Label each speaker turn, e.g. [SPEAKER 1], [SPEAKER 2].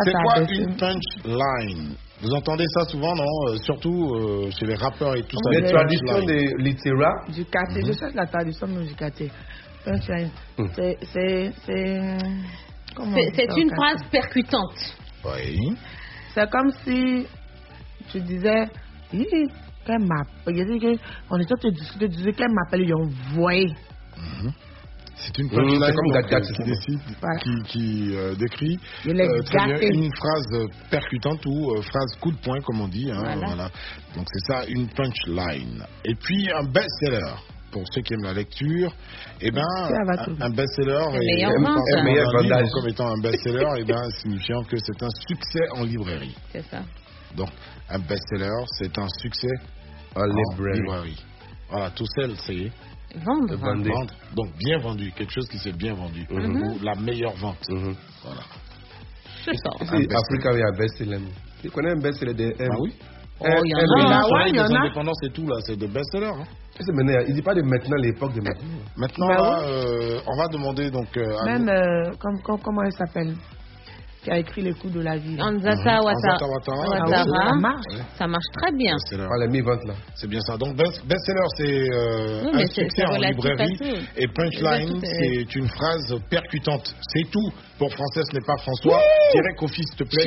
[SPEAKER 1] C'est
[SPEAKER 2] Attends,
[SPEAKER 1] quoi
[SPEAKER 2] deux
[SPEAKER 1] une
[SPEAKER 2] secondes.
[SPEAKER 1] punchline Vous entendez ça souvent, non Euh, Surtout euh, chez les rappeurs et tout ça.
[SPEAKER 2] Oui.
[SPEAKER 1] les
[SPEAKER 3] Les traductions
[SPEAKER 1] punchlines.
[SPEAKER 3] des littéra,
[SPEAKER 2] du quartier.
[SPEAKER 1] Mhm.
[SPEAKER 2] Je cherche la traduction même du quartier. Punchline. C'est. C'est. C'est comment on
[SPEAKER 4] C'est
[SPEAKER 2] dit ça
[SPEAKER 4] c'est
[SPEAKER 2] au quartier
[SPEAKER 4] une phrase percutante.
[SPEAKER 1] Oui.
[SPEAKER 2] C'est comme si tu disais. Hi, hi, Qu'elle m'appelle. Je dis que- On est en train de discuter. Tu dis qu'elle m'appelle. Ils ont voyé.
[SPEAKER 1] C'est une
[SPEAKER 3] c'est comme
[SPEAKER 1] punchline donc,
[SPEAKER 3] Gaga,
[SPEAKER 1] euh,
[SPEAKER 3] c'est
[SPEAKER 1] qui
[SPEAKER 3] ça.
[SPEAKER 1] décide,
[SPEAKER 2] Voilà.
[SPEAKER 1] qui, qui, euh, décrit
[SPEAKER 2] Il est
[SPEAKER 1] euh, très bien
[SPEAKER 2] gâté.
[SPEAKER 1] une phrase euh, percutante ou euh, phrase coup de poing, comme on dit. hein,
[SPEAKER 4] Voilà.
[SPEAKER 1] voilà. Donc c'est ça, une punchline. Et puis un best-seller. Pour ceux qui aiment la lecture, eh ben,
[SPEAKER 2] Ça va tout.
[SPEAKER 1] un, un best-seller
[SPEAKER 4] Le
[SPEAKER 1] est
[SPEAKER 4] meilleur
[SPEAKER 1] on
[SPEAKER 4] vente.
[SPEAKER 1] parle
[SPEAKER 4] Le
[SPEAKER 1] d'un
[SPEAKER 3] meilleur
[SPEAKER 1] livre
[SPEAKER 3] vendage.
[SPEAKER 1] comme étant un best-seller, eh ben, signifiant que c'est un succès en librairie.
[SPEAKER 4] C'est ça.
[SPEAKER 1] Donc, un best-seller, c'est un succès
[SPEAKER 3] en
[SPEAKER 1] en
[SPEAKER 3] librairie.
[SPEAKER 1] librairie. Voilà, tout seul, c'est
[SPEAKER 4] Vendre.
[SPEAKER 3] Vendre. Vendée.
[SPEAKER 1] vendre. Donc, bien vendu, quelque chose qui s'est bien vendu.
[SPEAKER 3] Mhm.
[SPEAKER 1] Ou la meilleure vente.
[SPEAKER 3] Mhm.
[SPEAKER 1] Voilà.
[SPEAKER 4] Je sors.
[SPEAKER 1] Un best-seller.
[SPEAKER 3] Africa, il y a un best-seller. Tu connais un best-seller de M
[SPEAKER 1] Ah oui
[SPEAKER 4] Oh, il
[SPEAKER 3] Ah,
[SPEAKER 4] y en a.
[SPEAKER 1] Mais là,
[SPEAKER 3] bah
[SPEAKER 2] ouais,
[SPEAKER 1] sur les
[SPEAKER 2] il y en a.
[SPEAKER 1] indépendances et tout, là, c'est des best-sellers. hein.
[SPEAKER 3] Tu sais, maintenant, il ne dit pas de maintenant, l'époque de maintenant.
[SPEAKER 1] Maintenant,
[SPEAKER 2] Bah
[SPEAKER 1] là, euh, on va demander donc euh, à
[SPEAKER 2] Même. euh, comme, comme- comment elle s'appelle Qui a écrit les coups de la vie. là.
[SPEAKER 4] Anzata Wata-
[SPEAKER 1] Anzata Mhm. Ouattara.
[SPEAKER 4] Ouattara.
[SPEAKER 2] Ah, ça marche.
[SPEAKER 4] Ça marche très bien.
[SPEAKER 1] best-seller.
[SPEAKER 3] Par les mi-ventes, là.
[SPEAKER 1] C'est bien ça. Donc, best- best-seller, c'est euh,
[SPEAKER 4] Oui,
[SPEAKER 1] un
[SPEAKER 4] mais c'est-
[SPEAKER 1] succès
[SPEAKER 4] c'est
[SPEAKER 1] en
[SPEAKER 4] relatif
[SPEAKER 1] librairie.
[SPEAKER 4] à tout.
[SPEAKER 1] Et punchline,
[SPEAKER 4] Exact,
[SPEAKER 1] c'est une phrase percutante. C'est tout. Pour français, ce n'est pas François. Thierry Coffy, s'il te plaît.